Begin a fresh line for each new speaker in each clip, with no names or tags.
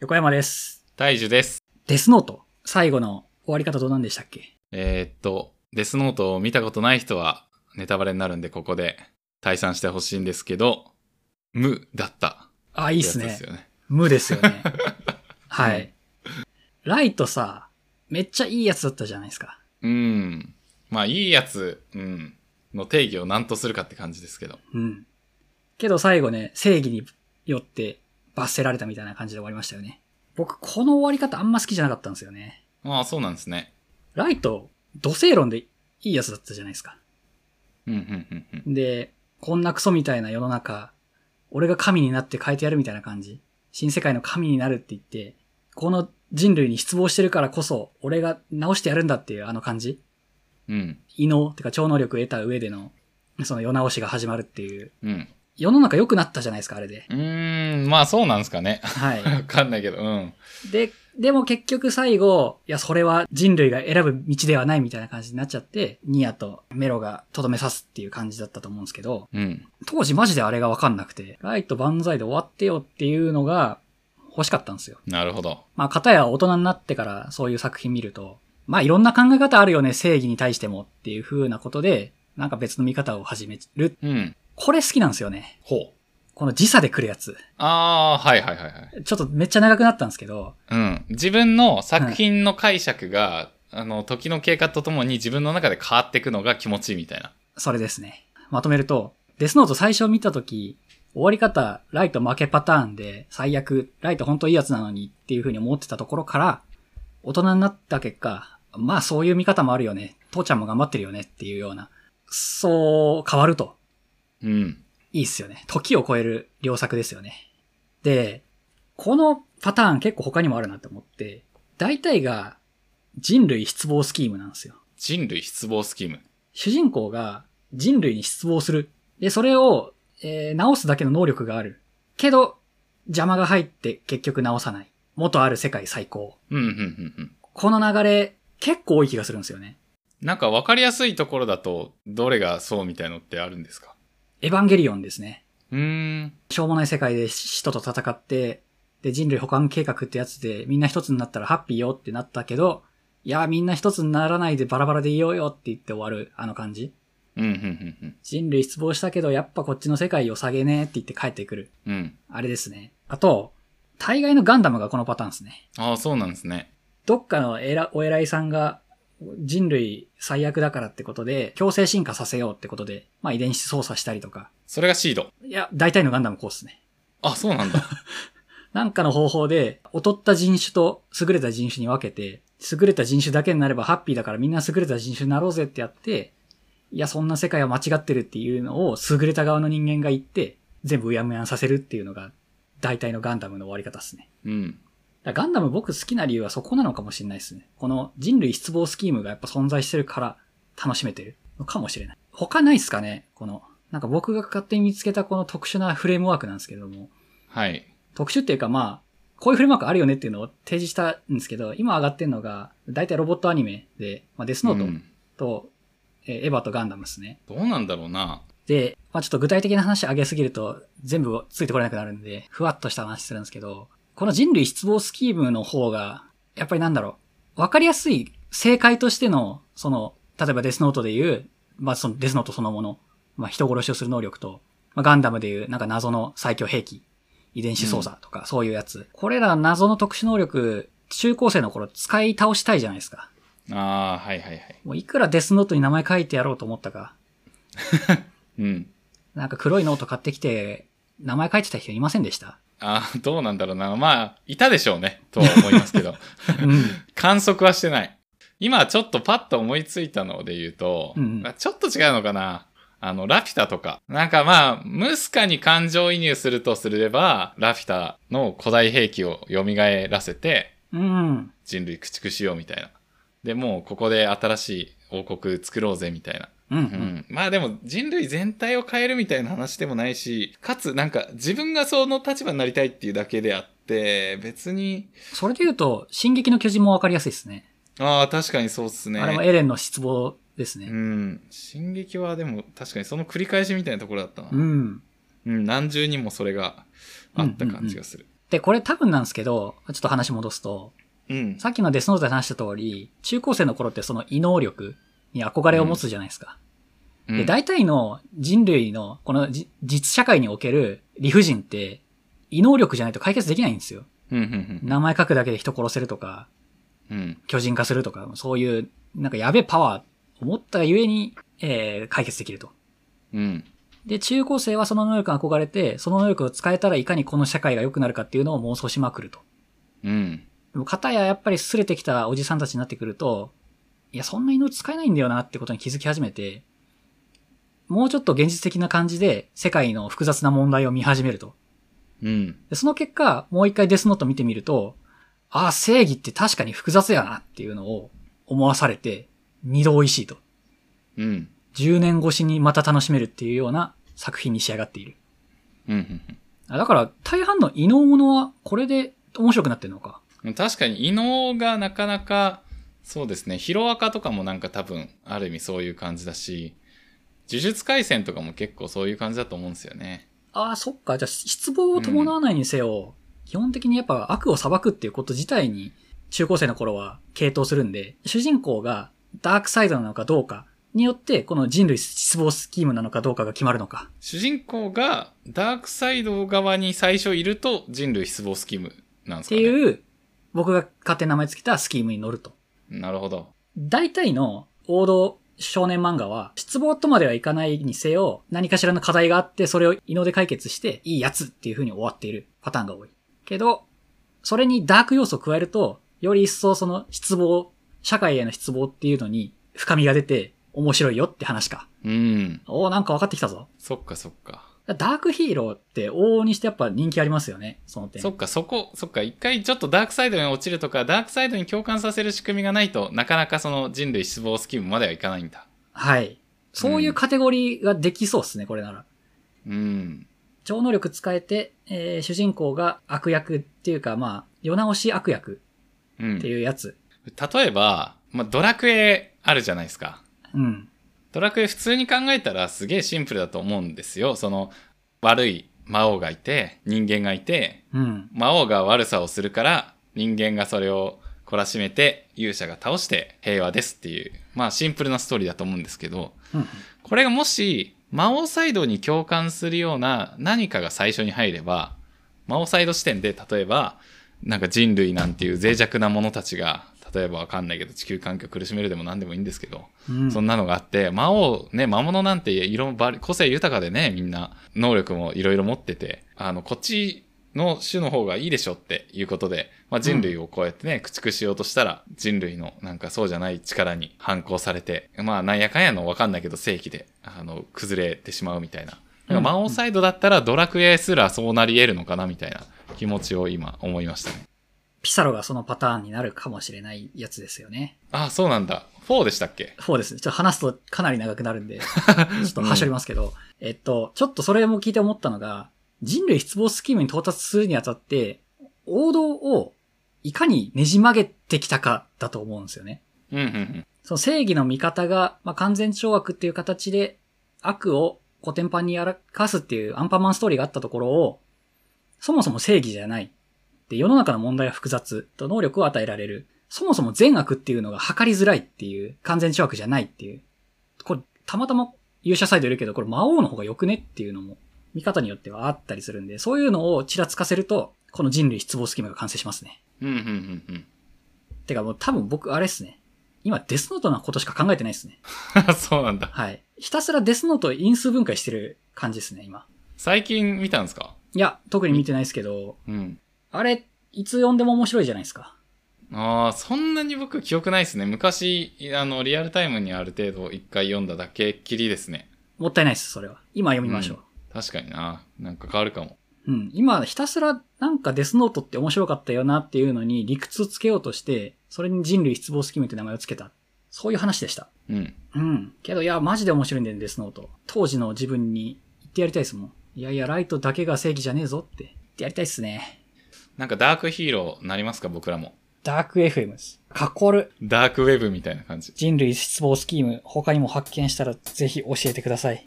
横山です。
大樹です。
デスノート。最後の終わり方どうなんでしたっけ
えーっと、デスノートを見たことない人はネタバレになるんで、ここで退散してほしいんですけど、無だった
あ、い
い
いっすね
です。よね。
無ですよ ね。はい。ライトさ、めっちゃいいやつだったじゃないですか。
うん。まあ、いいやつ、うん、の定義を何とするかって感じですけど。
うん。けど最後ね、正義によって罰せられたみたいな感じで終わりましたよね。僕、この終わり方あんま好きじゃなかったんですよね。
ああ、そうなんですね。
ライト、土星論でいいやつだったじゃないですか。
うん、うん、うん、うん。
で、こんなクソみたいな世の中、俺が神になって変えてやるみたいな感じ。新世界の神になるって言って、この人類に失望してるからこそ、俺が直してやるんだっていうあの感じ。
うん、
異能、てか超能力を得た上での、その世直しが始まるっていう。
うん。
世の中良くなったじゃないですか、あれで。
うーん、まあ、そうなんですかね。
はい。
わかんないけど、うん。
で、でも結局最後、いや、それは人類が選ぶ道ではないみたいな感じになっちゃって、ニアとメロがとどめ刺すっていう感じだったと思うんですけど、
うん。
当時マジであれがわかんなくて、ライト万歳で終わってよっていうのが欲しかったんですよ。
なるほど。
まあ、片や大人になってからそういう作品見ると、まあ、いろんな考え方あるよね、正義に対してもっていう風なことで、なんか別の見方を始める。
うん。
これ好きなんですよね。
ほう。
この時差で来るやつ。
ああ、はいはいはいはい。
ちょっとめっちゃ長くなったんですけど、
うん、自分の作品の解釈が、あの時の経過とともに自分の中で変わっていくのが気持ちいいみたいな。
それですね。まとめると、デスノート最初見たとき、終わり方、ライト負けパターンで、最悪、ライト本当いいやつなのにっていう風に思ってたところから、大人になった結果、まあそういう見方もあるよね。父ちゃんも頑張ってるよねっていうような。そう、変わると。
うん。
いいっすよね。時を超える良作ですよね。で、このパターン結構他にもあるなって思って、大体が人類失望スキームなんですよ。
人類失望スキーム。
主人公が人類に失望する。で、それを、えー直すだけの能力がある。けど、邪魔が入って結局直さない。元ある世界最高。
うん、うん、うん、うん。
この流れ、結構多い気がするんですよね。
なんか分かりやすいところだと、どれがそうみたいのってあるんですか
エヴァンゲリオンですね。
うーん。
しょうもない世界で使徒と戦って、で、人類保管計画ってやつで、みんな一つになったらハッピーよってなったけど、いやー、みんな一つにならないでバラバラでいようよって言って終わる、あの感じ。
うん、うん、うん、
人類失望したけど、やっぱこっちの世界を下げねーって言って帰ってくる。
うん。うん。
あれですね。あと、大概のガンダムがこのパターンですね。
ああ、そうなんですね。
どっかのえらお偉いさんが人類最悪だからってことで、強制進化させようってことで、まあ遺伝子操作したりとか。
それがシード。
いや、大体のガンダムこうっすね。
あ、そうなんだ。
なんかの方法で、劣った人種と優れた人種に分けて、優れた人種だけになればハッピーだからみんな優れた人種になろうぜってやって、いや、そんな世界は間違ってるっていうのを優れた側の人間が言って、全部うやむやにさせるっていうのが、大体のガンダムの終わり方ですね。
うん。
だからガンダム僕好きな理由はそこなのかもしれないですね。この人類失望スキームがやっぱ存在してるから楽しめてるのかもしれない。他ないっすかねこの、なんか僕が勝手に見つけたこの特殊なフレームワークなんですけども、
はい。
特殊っていうかまあ、こういうフレームワークあるよねっていうのを提示したんですけど、今上がってるのが、だいたいロボットアニメで、まあ、デスノ
う
ー
ん
トと、えーエヴァとガンダムですね。
どうなんだろうな。
で、まあちょっと具体的な話上げすぎると全部ついてこれなくなるんで、ふわっとした話するんですけど、この人類失望スキームの方が、やっぱりなんだろう、わかりやすい正解としての、その、例えばデスノートでいう、まあそのデスノートそのもの、まあ人殺しをする能力と、まあガンダムでいうなんか謎の最強兵器、遺伝子操作とかそういうやつ。これら謎の特殊能力、中高生の頃使い倒したいじゃないですか。
ああ、はいはいはい。
もういくらデスノートに名前書いてやろうと思ったか、
うん。
なんか黒いノート買ってきて、名前書いてた人いませんで した
ああ、どうなんだろうな。まあ、いたでしょうね。とは思いますけ ど。
うん。
観測はしてない。今ちょっとパッと思いついたので言うと、
うんうん
ちょっと違うのかな。あの、ラピュタとか。なんかまあ、ムスカに感情移入するとすれば、ラピュタの古代兵器を蘇らせて、
うん。
人類駆逐しようみたいな。で、もうここで新しい王国作ろうぜみたいな。
うん。う。
うんん、まあでも人類全体を変えるみたいな話でもないし、かつなんか自分がその立場になりたいっていうだけであって、別に、
それで言うと、進撃の巨人もわかりやすいですね。
ああ、確かにそうっすね。
あれもエレンの失望です
う
ね。
ん。進撃はでも確かにその繰り返しみたいなところだったな。
うん。
うん、何重にもそれがあった感じがする。
で、これ多分なんですけど、ちょっと話戻すと、
うん。
さっきのデスノートで話した通り、中高生の頃ってその異能力に憧れを持つじゃないですか。
うん
で、大体の人類の、このじ実社会における理不尽って、異能力じゃないと解決できないんですよ。
うんうん
名前書くだけで人殺せるとか、
うん。うん。
巨人化するとか、そういう、なんかやべえパワーを持ったがゆえに、えー解決できると。
うん。
で、中高生はその能力に憧れて、その能力を使えたらいかにこの社会が良くなるかっていうのを妄想しまくると。
うん。
でも、片ややっぱり擦れてきたおじさんたちになってくると、いや、そんな命使えないんだよなってことに気づき始めて、もうちょっと現実的な感じで世界の複雑な問題を見始めると。
うん。
で、その結果、もう一回デスノート見てみると、ああ、正義って確かに複雑やなっていうのを思わされて、二度美味しいと。
うん。
10年越しにまた楽しめるっていうような作品に仕上がっている。
うん。
あだから、大半の異能ものはこれで面白くなってるのか。
うん確かに、異能がなかなか、そうですね、ヒロアカとかもなんか多分、ある意味そういう感じだし、呪術廻戦とかも結構そういう感じだと思うんですよね。
ああ、そっか。じゃあ、失望を伴わないにせよ、基本的にやっぱ悪を裁くっていうこと自体に、中高生の頃は傾倒するんで、主人公がダークサイドなのかどうかによって、この人類失望スキームなのかどうかが決まるのか。
主人公がダークサイド側に最初いると人類失望スキームなんで
っ
す
て
かね。う。
いう、僕が勝手に名前つけたスキームに乗ると。
なるほど。
大体の王道少年漫画は、失望とまではいかないにせよ、何かしらの課題があって、それを異能で解決して、いいやつっていう風に終わっているパターンが多い。けど、それにダーク要素を加えると、より一層その失望、社会への失望っていうのに深みが出て、面白いよって話か。
うん。
おおなんか分かってきたぞ。
そっかそっか。
ダークヒーローって往々にしてやっぱ人気ありますよね、その点。
そっか、そこ、そっか、一回ちょっとダークサイドに落ちるとか、ダークサイドに共感させる仕組みがないとなかなかその人類失望スキームまではいかないんだ。
はい。そういうカテゴリーができそうですね、これなら。
うん。
超能力使えて、えー主人公が悪役っていうか、まあ、世直し悪役
うん。
っていうやつ。
例えば、まあ、ドラクエあるじゃないですか。
うん。
ドラクエ普通に考えたらすげえシンプルだと思うんですよ。その悪い魔王がいて、人間がいて、
うん。
魔王が悪さをするから人間がそれを懲らしめて勇者が倒して平和ですっていう、まあシンプルなストーリーだと思うんですけど、
うん。
これがもし魔王サイドに共感するような何かが最初に入れば、魔王サイド視点で例えば、なんか人類なんていう脆弱な者たちが、例えばわかんないけど地球環境を苦しめるでも何でもいいんですけど、
うん。
そんなのがあって、魔王、ね、魔物なんて色々バリ個性豊かでね、みんな、能力もいろいろ持ってて、あの、こっちの種の方がいいでしょっていうことで、まあ、人類をこうやってね、駆逐しようとしたら、人類のなんかそうじゃない力に反抗されて、まあ、なんやかんやのわかんないけど、正規で、あの、崩れてしまうみたいな。なんか魔王サイドだったら、ドラクエすらそうなり得るのかな、みたいな気持ちを今思いましたね。
ピサロがそのパターンになるかもしれないやつですよね。
あ、そうなんだ。4でしたっけ
そうですね。ちょっと話すとかなり長くなる んで、ちょっとはしょりますけど、えっと、ちょっとそれも聞いて思ったのが、人類失望スキームに到達するにあたって、王道をいかにねじ曲げてきたかだと思うんですよね。
うん、うん、うん。
その正義の味方が、まあ、完全懲悪っていう形で悪をコテンパンにやらかすっていうアンパンマンストーリーがあったところを、そもそも正義じゃない。で、世の中の問題は複雑と能力を与えられる。そもそも善悪っていうのが測りづらいっていう、完全懲悪じゃないっていう。これ、たまたま勇者サイドいるけど、これ魔王の方が良くねっていうのも、見方によってはあったりするんで、そういうのをちらつかせると、この人類失望スキームが完成しますね。
うん、うん、うん、うん。
てかもう多分僕あれっすね。今デスノートのことしか考えてないっすね。
そうなんだ。
はい。ひたすらデスノートを因数分解してる感じですね、今。
最近見たんですか
いや、特に見てないですけど、
うん。
あれ、いつ読んでも面白いじゃないですか。
ああ、そんなに僕記憶ないですね。昔、あの、リアルタイムにある程度一回読んだだけっきりですね。
もったいないです、それは。今読みましょう。
確かにな。なんか変わるかも。
うん、今、ひたすらなんかデスノートって面白かったよなっていうのに理屈をつけようとして、それに人類失望スキムって名前をつけた。そういう話でした。
うん。
うん。けど、いや、マジで面白いんだよね、デスノート。当時の自分に言ってやりたいですもん。いやいや、ライトだけが正義じゃねえぞって。言ってやりたいっすね。
なんかダークヒーローになりますか僕らも。
ダーク FM です。かっこ悪い。
ダークウェブみたいな感じ。
人類失望スキーム他にも発見したらぜひ教えてください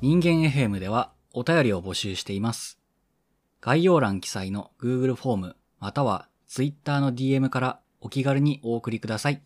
人間 FM ではお便りを募集しています。概要欄記載の Google フォームまたは Twitter の DM からお気軽にお送りください。